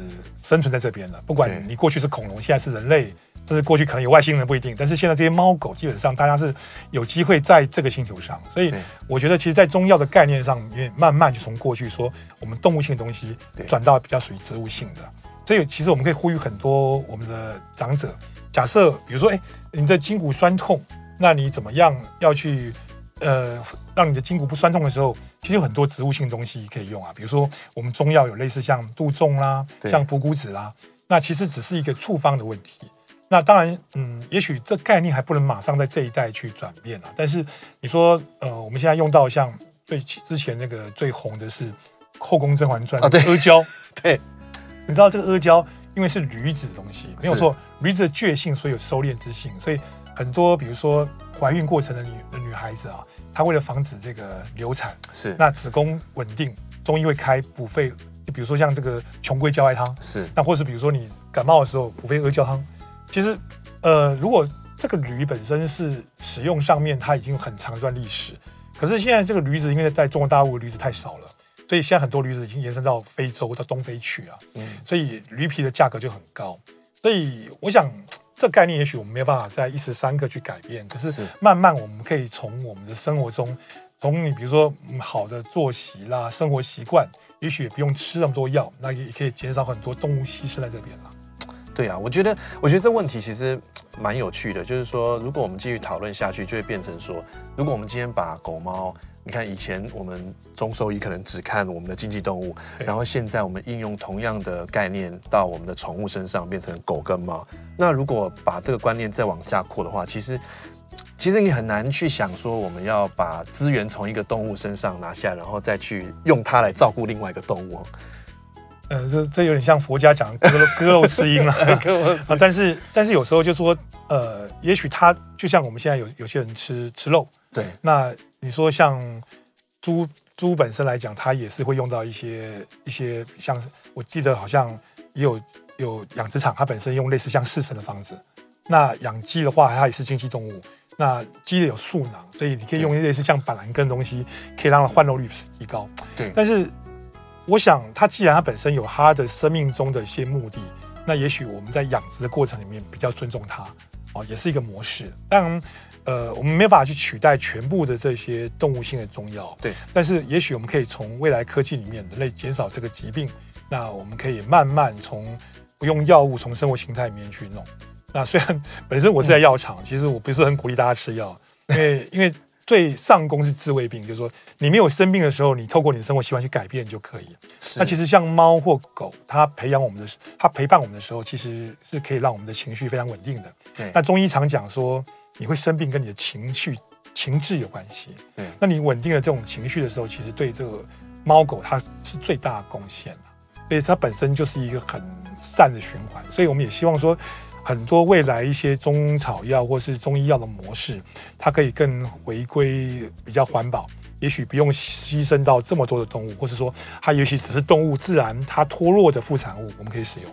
Speaker 3: 生存在这边的，不管
Speaker 2: 对
Speaker 3: 你过去是恐龙，现在是人类，甚至过去可能有外星人不一定，但是现在这些猫狗基本上大家是有机会在这个星球上，所以
Speaker 2: 对
Speaker 3: 我觉得其实，在中药的概念上，也慢慢就从过去说我们动物性的东西
Speaker 2: 对
Speaker 3: 转到比较属于植物性的，所以其实我们可以呼吁很多我们的长者，假设比如说，哎，你的筋骨酸痛，那你怎么样要去呃，让你的筋骨不酸痛的时候，其实有很多植物性东西可以用啊，比如说我们中药有类似像杜仲啦，
Speaker 2: 对
Speaker 3: 像补骨脂啦，那其实只是一个处方的问题。那当然，嗯，也许这概念还不能马上在这一代去转变啊。但是你说，呃，我们现在用到像最之前那个最红的是《后宫甄嬛传》
Speaker 2: 啊对
Speaker 3: 阿胶，
Speaker 2: 对，
Speaker 3: 你知道这个阿胶，因为是驴子的东西，没有
Speaker 2: 是
Speaker 3: 错，驴子的倔性，所以有收敛之性，所以很多比如说怀孕过程的女的女孩子啊，她为了防止这个流产，
Speaker 2: 是
Speaker 3: 那子宫稳定，中医会开补肺，比如说像这个穷龟胶艾汤，
Speaker 2: 是
Speaker 3: 那或是比如说你感冒的时候补肺阿胶汤，其实呃，如果这个驴本身是使用上面它已经有很长一段历史，可是现在这个驴子因为在中国大陆的驴子太少了，所以现在很多驴子已经延伸到非洲到东非去啊，所以驴皮的价格就很高。所以我想这概念也许我们没有办法在一时三刻去改变，可
Speaker 2: 是
Speaker 3: 是慢慢我们可以从我们的生活中，从你比如说嗯好的作息啦、生活习惯，也许也不用吃那么多药，那也也可以减少很多动物牺牲在这边啦。
Speaker 2: 对啊，我觉得，我觉得这问题其实蛮有趣的，就是说，如果我们继续讨论下去，就会变成说，如果我们今天把狗猫，你看以前我们中兽医可能只看我们的经济动物，
Speaker 3: 对
Speaker 2: 然后现在我们应用同样的概念到我们的宠物身上，变成狗跟猫。那如果把这个观念再往下扩的话，其实。其实你很难去想说，我们要把资源从一个动物身上拿下，然后再去用它来照顾另外一个动物。
Speaker 3: 呃，这这有点像佛家讲的割肉割肉吃鹰了。 啊，但是但是有时候就说，呃，也许它就像我们现在有有些人吃吃肉，
Speaker 2: 对，
Speaker 3: 那你说像猪猪本身来讲，它也是会用到一些一些像是，我记得好像也有有养殖场，它本身用类似像饲神的方式。那养鸡的话，它也是经济动物。那鸡有素囊，所以你可以用类似像板蓝根的东西，可以让它换肉率提高。
Speaker 2: 对
Speaker 3: 但是我想，它既然它本身有它的生命中的一些目的，那也许我们在养殖的过程里面比较尊重它，哦，也是一个模式。当然，呃，我们没办法去取代全部的这些动物性的中药，
Speaker 2: 对。
Speaker 3: 但是也许我们可以从未来科技里面，人类减少这个疾病，那我们可以慢慢从不用药物，从生活形态里面去弄。那虽然本身我是在药厂，其实我不是很鼓励大家吃药，因为因为最上功是治未病，就是说你没有生病的时候，你透过你的生活习惯去改变就可以了。那其
Speaker 2: 实
Speaker 3: 实像猫或狗，它培养我们的时，它陪伴我们的时候，其实是可以让我们的情绪非常稳定的。
Speaker 2: 对
Speaker 3: 那中医常讲说，你会生病跟你的情绪、情志有关系。
Speaker 2: 对
Speaker 3: 那你稳定了这种情绪的时候，其实对这个猫狗它是最大的贡献了所以它本身就是一个很善的循环。所以我们也希望说，很多未来一些中草药或是中医药的模式，它可以更回归比较环保。也许不用牺牲到这么多的动物，或是说它也许只是动物自然它脱落的副产物，我们可以使用。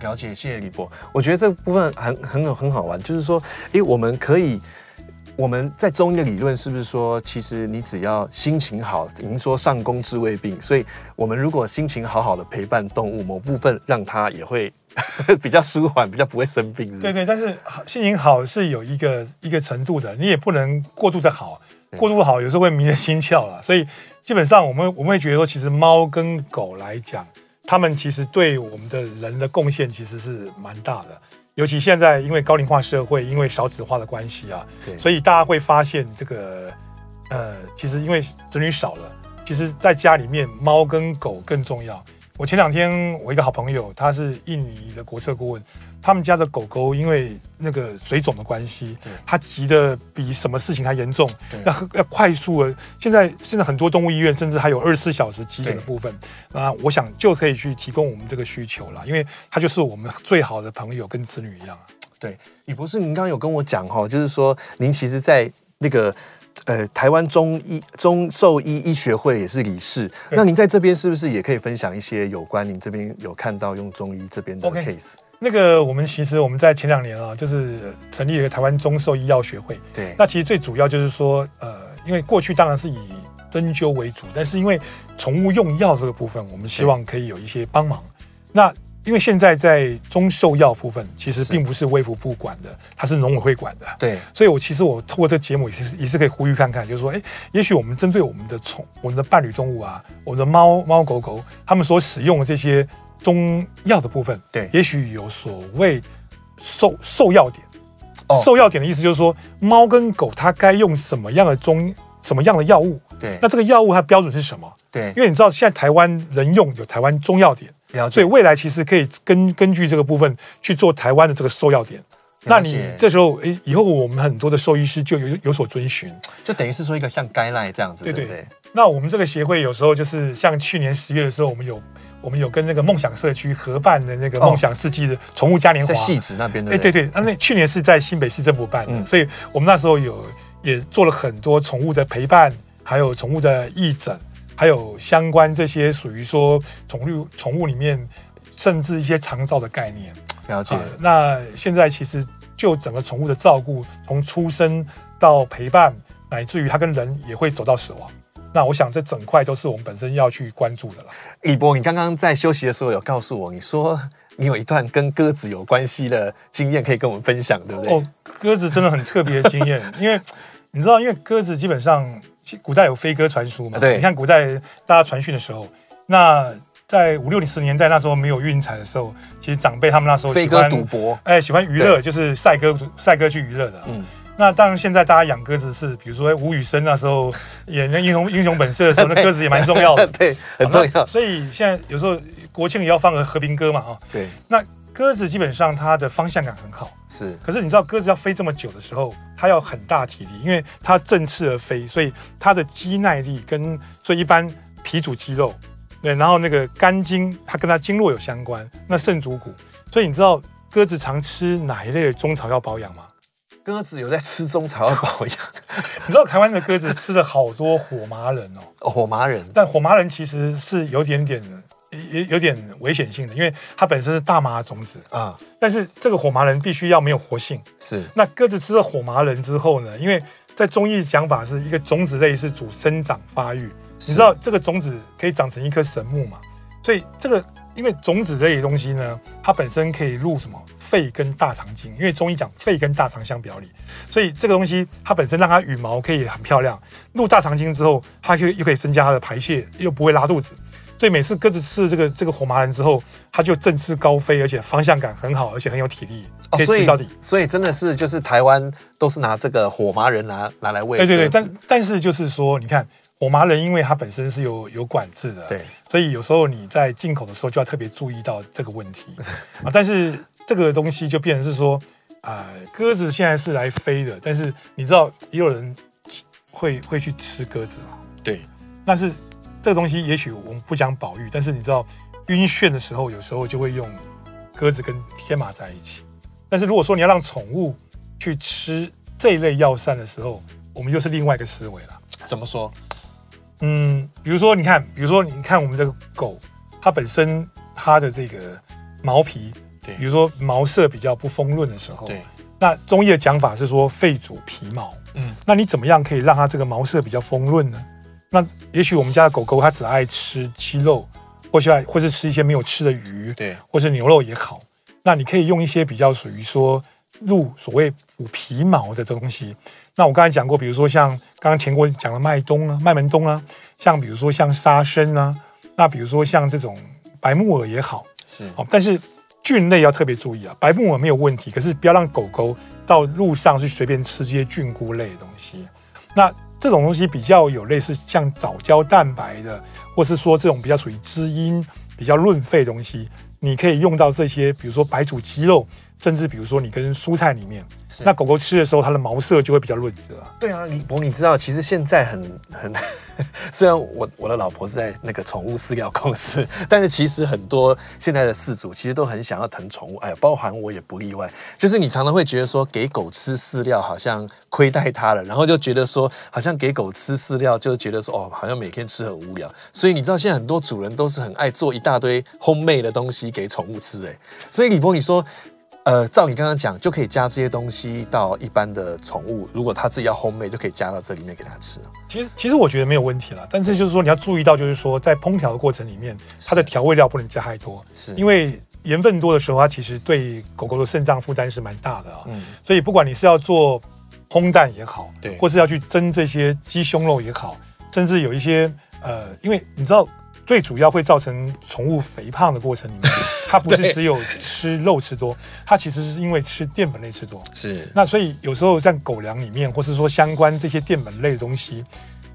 Speaker 2: 了解，谢谢李博。我觉得这部分很很有很好玩，就是说，诶，我们可以。我们在中医的理论是不是说，其实你只要心情好，您说上工治未病，所以我们如果心情好好的陪伴动物，某部分让它也会 比较舒缓，比较不会生病是不是
Speaker 3: 对对，但是心情好是有一个一个程度的，你也不能过度的好，过度好有时候会迷了心窍了。所以基本上我们我们会觉得说，其实猫跟狗来讲，它们其实对我们的人的贡献其实是蛮大的。尤其现在因为高龄化社会，因为少子化的关系啊，
Speaker 2: 对
Speaker 3: 所以大家会发现这个呃，其实因为子女少了，其实在家里面猫跟狗更重要。我前两天我一个好朋友，他是印尼的国策顾问，他们家的狗狗因为那个水肿的关系
Speaker 2: 对，
Speaker 3: 它急得比什么事情还严重
Speaker 2: 对，
Speaker 3: 要要快速的。现在现在很多动物医院甚至还有二十四小时急诊的
Speaker 2: 对
Speaker 3: 部分，那我想就可以去提供我们这个需求啦，因为它就是我们最好的朋友，跟子女一样啊。
Speaker 2: 对，李博士，您刚刚有跟我讲哈，就是说您其实，在那个呃台湾中医中兽医医学会也是理事。那您在这边是不是也可以分享一些有关您这边有看到用中医这边的
Speaker 3: OK
Speaker 2: case？
Speaker 3: 那个我们其实我们在前两年啊，就是成立了一个台湾中兽医药学会。
Speaker 2: 对，
Speaker 3: 那其实最主要就是说，呃，因为过去当然是以针灸为主，但是因为宠物用药这个部分，我们希望可以有一些帮忙。那因为现在在中兽药部分，其实
Speaker 2: 是
Speaker 3: 并不是卫福部管的，它是农委会管的。
Speaker 2: 对，
Speaker 3: 所以我其实我透过这个节目也是也是可以呼吁看看，就是说，哎，也许我们针对我们的宠、我们的伴侣动物啊，我们的猫猫狗狗，它们所使用的这些中药的部分，
Speaker 2: 对
Speaker 3: 也许有所谓受受药点。
Speaker 2: 哦
Speaker 3: 受药点的意思就是说，猫跟狗它该用什么样的中什么样的药物？
Speaker 2: 对
Speaker 3: 那这个药物它标准是什么？
Speaker 2: 对
Speaker 3: 因，为你知道现在台湾人用有台湾中药典，
Speaker 2: 了
Speaker 3: 所以
Speaker 2: 解。
Speaker 3: 未来其实可以根根据这个部分去做台湾的这个收药点。那你这时候，诶，以后我们很多的兽医师就有有所遵循。
Speaker 2: 就等于是说一个像 guideline 这样子，对
Speaker 3: 对
Speaker 2: 不
Speaker 3: 对
Speaker 2: 对？
Speaker 3: 那我们这个协会有时候就是像去年十月的时候，我们有我们有跟那个梦想社区合办的那个
Speaker 2: 哦
Speaker 3: 梦想世纪的宠物嘉年华，
Speaker 2: 在戏子那边的，
Speaker 3: 哎，对对，那那去年是在新北市政府办的，
Speaker 2: 嗯
Speaker 3: 所以我们那时候有也做了很多宠物的陪伴，还有宠物的义诊，还有相关这些属于说宠物宠物里面，甚至一些长照的概念。
Speaker 2: 了解
Speaker 3: 啊。那现在其实就整个宠物的照顾，从出生到陪伴，乃至于它跟人也会走到死亡。那我想这整块都是我们本身要去关注的了。
Speaker 2: 李博，你刚刚在休息的时候有告诉我，你说你有一段跟鸽子有关系的经验可以跟我们分享，对不对？
Speaker 3: 哦，鸽子真的很特别 的经验，因为你知道，因为鸽子基本上其古代有飞鸽传书嘛，
Speaker 2: 啊对
Speaker 3: 你看古代大家传讯的时候，那在五六十年代那时候没有运彩的时候，其实长辈他们那时候
Speaker 2: 飞
Speaker 3: 喜
Speaker 2: 鸽
Speaker 3: 欢
Speaker 2: 赌博，
Speaker 3: 哎，喜欢娱乐就是赛鸽赛鸽去娱乐的、
Speaker 2: 嗯，
Speaker 3: 嗯。那当然，现在大家养鸽子是，比如说吴宇森那时候演那英雄英雄本色的时候，那鸽子也蛮重要的
Speaker 2: 对，很重
Speaker 3: 那
Speaker 2: 要，
Speaker 3: 所以现在有时候国庆也要放个和平鸽嘛，啊，
Speaker 2: 对，
Speaker 3: 那鸽子基本上它的方向感很好，
Speaker 2: 是
Speaker 3: 可是你知道鸽子要飞这么久的时候，它要很大体力，因为它振翅而飞，所以它的肌耐力跟所以一般皮组肌肉，对，然后那个肝经，它跟它经络有相关，那肾主骨，所以你知道鸽子常吃哪一类的中草药保养吗？
Speaker 2: 鸽子有在吃中草药保养，
Speaker 3: 你知道台湾的鸽子吃了好多火麻仁哦，
Speaker 2: 哦火麻仁，
Speaker 3: 但火麻仁其实是有点点。有有点危险性的，因为它本身是大麻种子，
Speaker 2: 啊，
Speaker 3: 但是这个火麻仁必须要没有活性，
Speaker 2: 是
Speaker 3: 那鸽子吃了火麻仁之后呢，因为在中医讲法是一个种子类是主生长发育，
Speaker 2: 是
Speaker 3: 你知道这个种子可以长成一棵神木嘛？所以这个因为种子类的东西呢，它本身可以入什么肺跟大肠经，因为中医讲肺跟大肠相表里，所以这个东西它本身让它羽毛可以很漂亮，入大肠经之后，它可以又可以增加它的排泄，又不会拉肚子。所以每次鸽子吃了这个这个火麻仁之后，它就振翅高飞，而且方向感很好，而且很有体力，
Speaker 2: 哦
Speaker 3: 可，以
Speaker 2: 所
Speaker 3: 吃
Speaker 2: 以
Speaker 3: 到底。
Speaker 2: 所以真的是就是台湾都是拿这个火麻仁拿拿来喂鸽子，
Speaker 3: 对对对，但但是就是说，你看火麻仁，因为它本身是有有管制的，
Speaker 2: 对，
Speaker 3: 所以有时候你在进口的时候就要特别注意到这个问 题啊。但是这个东西就变成是说，啊、鸽子现在是来飞的，但是你知道也有人会会去吃鸽子嘛？
Speaker 2: 对，
Speaker 3: 但是这个东西也许我们不讲保育，但是你知道晕眩的时候，有时候就会用鸽子跟天马在一起。但是如果说你要让宠物去吃这一类药膳的时候，我们又是另外一个思维了。
Speaker 2: 怎么说？
Speaker 3: 嗯，比如说你看，比如说你看我们这个狗，它本身它的这个毛皮，
Speaker 2: 对
Speaker 3: 比如说毛色比较不丰润的时候，
Speaker 2: 对，
Speaker 3: 那中医的讲法是说肺主皮毛，
Speaker 2: 嗯
Speaker 3: 嗯，那你怎么样可以让它这个毛色比较丰润呢？那也许我们家的狗狗它只爱吃鸡肉，或是爱或是吃一些没有吃的鱼，
Speaker 2: 对，
Speaker 3: 或是牛肉也好，那你可以用一些比较属于说入所谓补皮毛的东西。那我刚才讲过，比如说像刚刚田国讲的麦冬啊、麦门冬啊，像比如说像沙参啊，那比如说像这种白木耳也好，
Speaker 2: 是
Speaker 3: 好，哦但是菌类要特别注意啊，白木耳没有问题，可是不要让狗狗到路上去随便吃这些菌菇类的东西。那这种东西比较有类似像藻胶蛋白的，或是说这种比较属于滋阴、比较润肺的东西，你可以用到这些，比如说白煮鸡肉，甚至比如说你跟蔬菜里面，
Speaker 2: 是
Speaker 3: 那狗狗吃的时候它的毛色就会比较润泽啊。
Speaker 2: 对啊，李博，你知道，其实现在很很， 虽然我我的老婆是在那个宠物饲料公司，但是其实很多现在的饲主其实都很想要疼宠物，哎呀，包含我也不例外。就是你常常会觉得说，给狗吃饲料好像亏待它了，然后就觉得说，好像给狗吃饲料就觉得说，哦，好像每天吃很无聊。所以你知道，现在很多主人都是很爱做一大堆烘焙的东西给宠物吃，哎，所以李博，你说呃，照你刚刚讲，就可以加这些东西到一般的宠物，如果它自己要烘焙，就可以加到这里面给它吃。
Speaker 3: 其实其实我觉得没有问题了，但是就是说你要注意到，就是说在烹调的过程里面，它的调味料不能加太多，
Speaker 2: 是
Speaker 3: 因为盐分多的时候，它其实对狗狗的肾脏负担是蛮大的啊。
Speaker 2: 嗯
Speaker 3: 所以不管你是要做烘蛋也好，
Speaker 2: 对
Speaker 3: 或是要去蒸这些鸡胸肉也好，甚至有一些呃，因为你知道。最主要会造成宠物肥胖的过程里面，它不
Speaker 2: 对
Speaker 3: 是只有吃肉吃多，它其实是因为吃淀粉类吃多。
Speaker 2: 是，
Speaker 3: 那所以有时候像狗粮里面，或是说相关这些淀粉类的东西，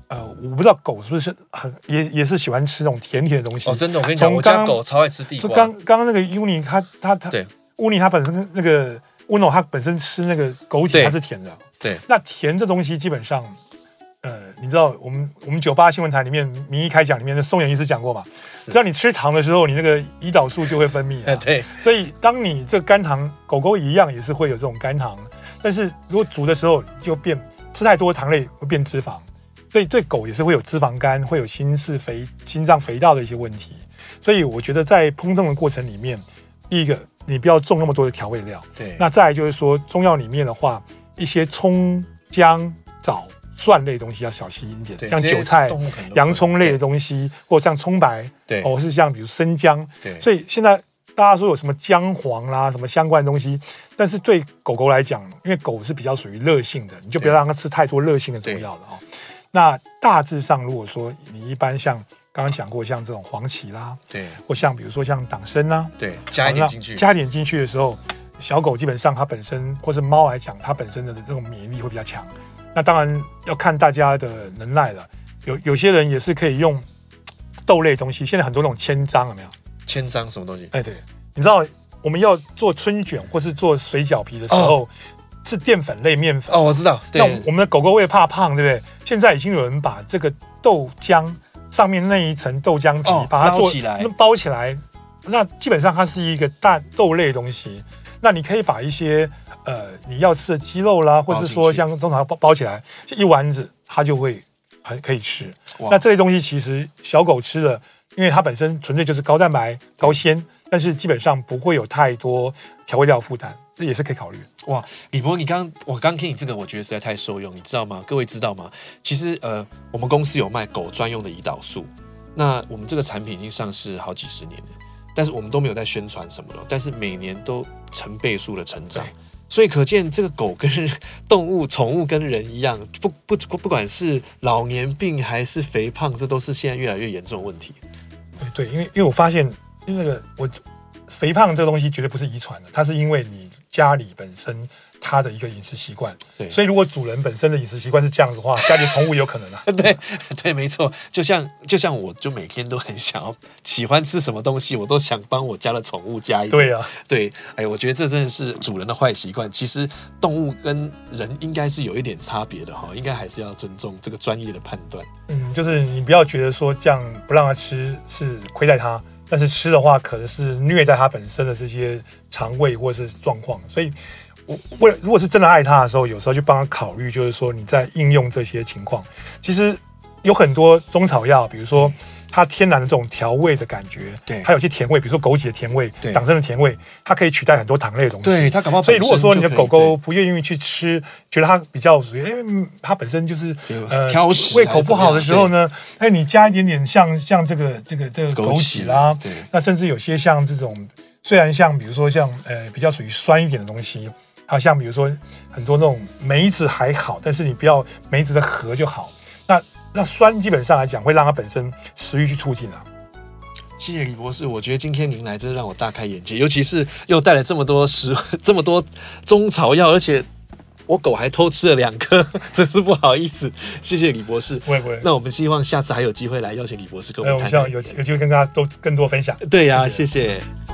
Speaker 3: 呃，我不知道狗是不是很也也是喜欢吃那种甜甜的东西。
Speaker 2: 哦，真的，我跟你讲，
Speaker 3: 从
Speaker 2: 我家
Speaker 3: 刚
Speaker 2: 狗超爱吃地
Speaker 3: 就
Speaker 2: 瓜
Speaker 3: 刚，刚刚那个乌尼，它它它
Speaker 2: 对
Speaker 3: 乌尼它本身那个乌诺，它本身吃那个枸杞，
Speaker 2: 对
Speaker 3: 它是甜的。
Speaker 2: 对，
Speaker 3: 那甜这东西基本上，呃，你知道我们我们九八新闻台里面名医开讲里面的宋妍医师讲过嘛？只要你吃糖的时候，你那个胰岛素就会分泌、啊。
Speaker 2: 哎 对，
Speaker 3: 所以当你这肝糖，狗狗一样也是会有这种肝糖，但是如果煮的时候就变吃太多糖类会变脂肪，所以对狗也是会有脂肪肝，会有心室肥、心脏肥大的一些问题。所以我觉得在烹饪的过程里面，第一个你不要种那么多的调味料，
Speaker 2: 对
Speaker 3: 那再来就是说中药里面的话，一些葱、姜、枣、蒜类的东西要小心一
Speaker 2: 对
Speaker 3: 点，像
Speaker 2: 这些
Speaker 3: 韭菜
Speaker 2: 动物可能都、会
Speaker 3: 洋葱类的东西，或像葱白，哦
Speaker 2: 对
Speaker 3: 或是像比如生姜，
Speaker 2: 对
Speaker 3: 所以现在大家说有什么姜黄啦，什么相关的东西，但是对狗狗来讲，因为狗是比较属于热性的，你就不要
Speaker 2: 对
Speaker 3: 让它吃太多热性的中药了哦。那大致上，如果说你一般像刚刚讲过，像这种黄芪啦，
Speaker 2: 对
Speaker 3: 或像比如说像党参啦，
Speaker 2: 对，加一点进去，
Speaker 3: 加一点进去的时候，小狗基本上它本身或是猫来讲，它本身的这种免疫力会比较强。那当然要看大家的能耐了，有有些人也是可以用豆类东西，现在很多那种千张有没有？
Speaker 2: 千张什么东西？
Speaker 3: 哎，对，你知道我们要做春卷或是做水饺皮的时候，是淀粉类面粉。
Speaker 2: 哦，我知道，
Speaker 3: 那
Speaker 2: 对
Speaker 3: 我们的狗狗为了怕胖，对不对？现在已经有人把这个豆浆上面那一层豆浆皮、
Speaker 2: 哦
Speaker 3: 把它做
Speaker 2: 捞起来
Speaker 3: 那包起来。那基本上它是一个大豆类的东西。那你可以把一些呃你要吃的鸡肉啦，或
Speaker 2: 包
Speaker 3: 是
Speaker 2: 进
Speaker 3: 说
Speaker 2: 去
Speaker 3: 像中草包包起来，就一丸子它就会很可以吃。
Speaker 2: 哇
Speaker 3: 那这类东西其实小狗吃了，因为它本身纯粹就是高蛋白、高纤，但是基本上不会有太多调味料负担，这也是可以考虑。
Speaker 2: 哇，李博，你刚我刚听你这个，我觉得实在太受用，你知道吗？各位知道吗？其实呃，我们公司有卖狗专用的胰岛素，那我们这个产品已经上市好几十年了，但是我们都没有在宣传什么的，但是每年都成倍数的成长。所以可见，这个狗跟动物、宠物跟人一样，不不不管是老年病还是肥胖，这都是现在越来越严重的问题。
Speaker 3: 对对，因为因为我发现，因为那个我肥胖这个东西绝对不是遗传的，它是因为你家里本身它的一个饮食习惯。
Speaker 2: 对
Speaker 3: 所以如果主人本身的饮食习惯是这样子的话，家里的宠物也有可能啊。
Speaker 2: 对 对，没错，就像就像我就每天都很想要喜欢吃什么东西，我都想帮我家的宠物加一点。
Speaker 3: 对啊，
Speaker 2: 对，哎，我觉得这真的是主人的坏习惯。其实动物跟人应该是有一点差别的哈，应该还是要尊重这个专业的判断。
Speaker 3: 嗯，就是你不要觉得说这样不让它吃是亏待它，但是吃的话可能是虐待它本身的这些肠胃或者是状况，所以。我为了如果是真的爱它的时候，有时候就帮它考虑，就是说你在应用这些情况，其实有很多中草药，比如说它天然的这种调味的感觉，
Speaker 2: 嗯对
Speaker 3: 还有一些甜味，比如说枸杞的甜味
Speaker 2: 对、
Speaker 3: 党参的甜味，它可以取代很多糖类的东西。
Speaker 2: 对它搞不好
Speaker 3: 所以如果
Speaker 2: 哦本身
Speaker 3: 说你的
Speaker 2: 就嗯可以
Speaker 3: 狗狗不愿意去吃，觉得它比较属于，哎，嗯它本身就是
Speaker 2: 有挑食
Speaker 3: 胃口不好的时候
Speaker 2: 还是怎么样对
Speaker 3: 呢。呢，哎，你加一点点像像这个这个这个
Speaker 2: 枸
Speaker 3: 枸
Speaker 2: 杞
Speaker 3: 杞啦，
Speaker 2: 对
Speaker 3: 那甚至有些像这种，虽然像比如说像呃比较属于酸一点的东西，还有像比如说很多那种梅子还好，但是你不要梅子的核就好。那那酸基本上来讲会让它本身食欲去促进啊。
Speaker 2: 谢谢李博士，我觉得今天您来真的让我大开眼界，尤其是又带来这么多食 这么多中草药，而且我狗还偷吃了两颗， 真是不好意思。谢谢李博士，
Speaker 3: 不会不会
Speaker 2: 那我们希哎望下次还有机会来邀请李博士跟我
Speaker 3: 那
Speaker 2: 们
Speaker 3: 呃我
Speaker 2: 谈
Speaker 3: 们希望
Speaker 2: 谈。
Speaker 3: 有有机会跟大家都更多分享。
Speaker 2: 对呀、
Speaker 3: 谢谢
Speaker 2: 谢谢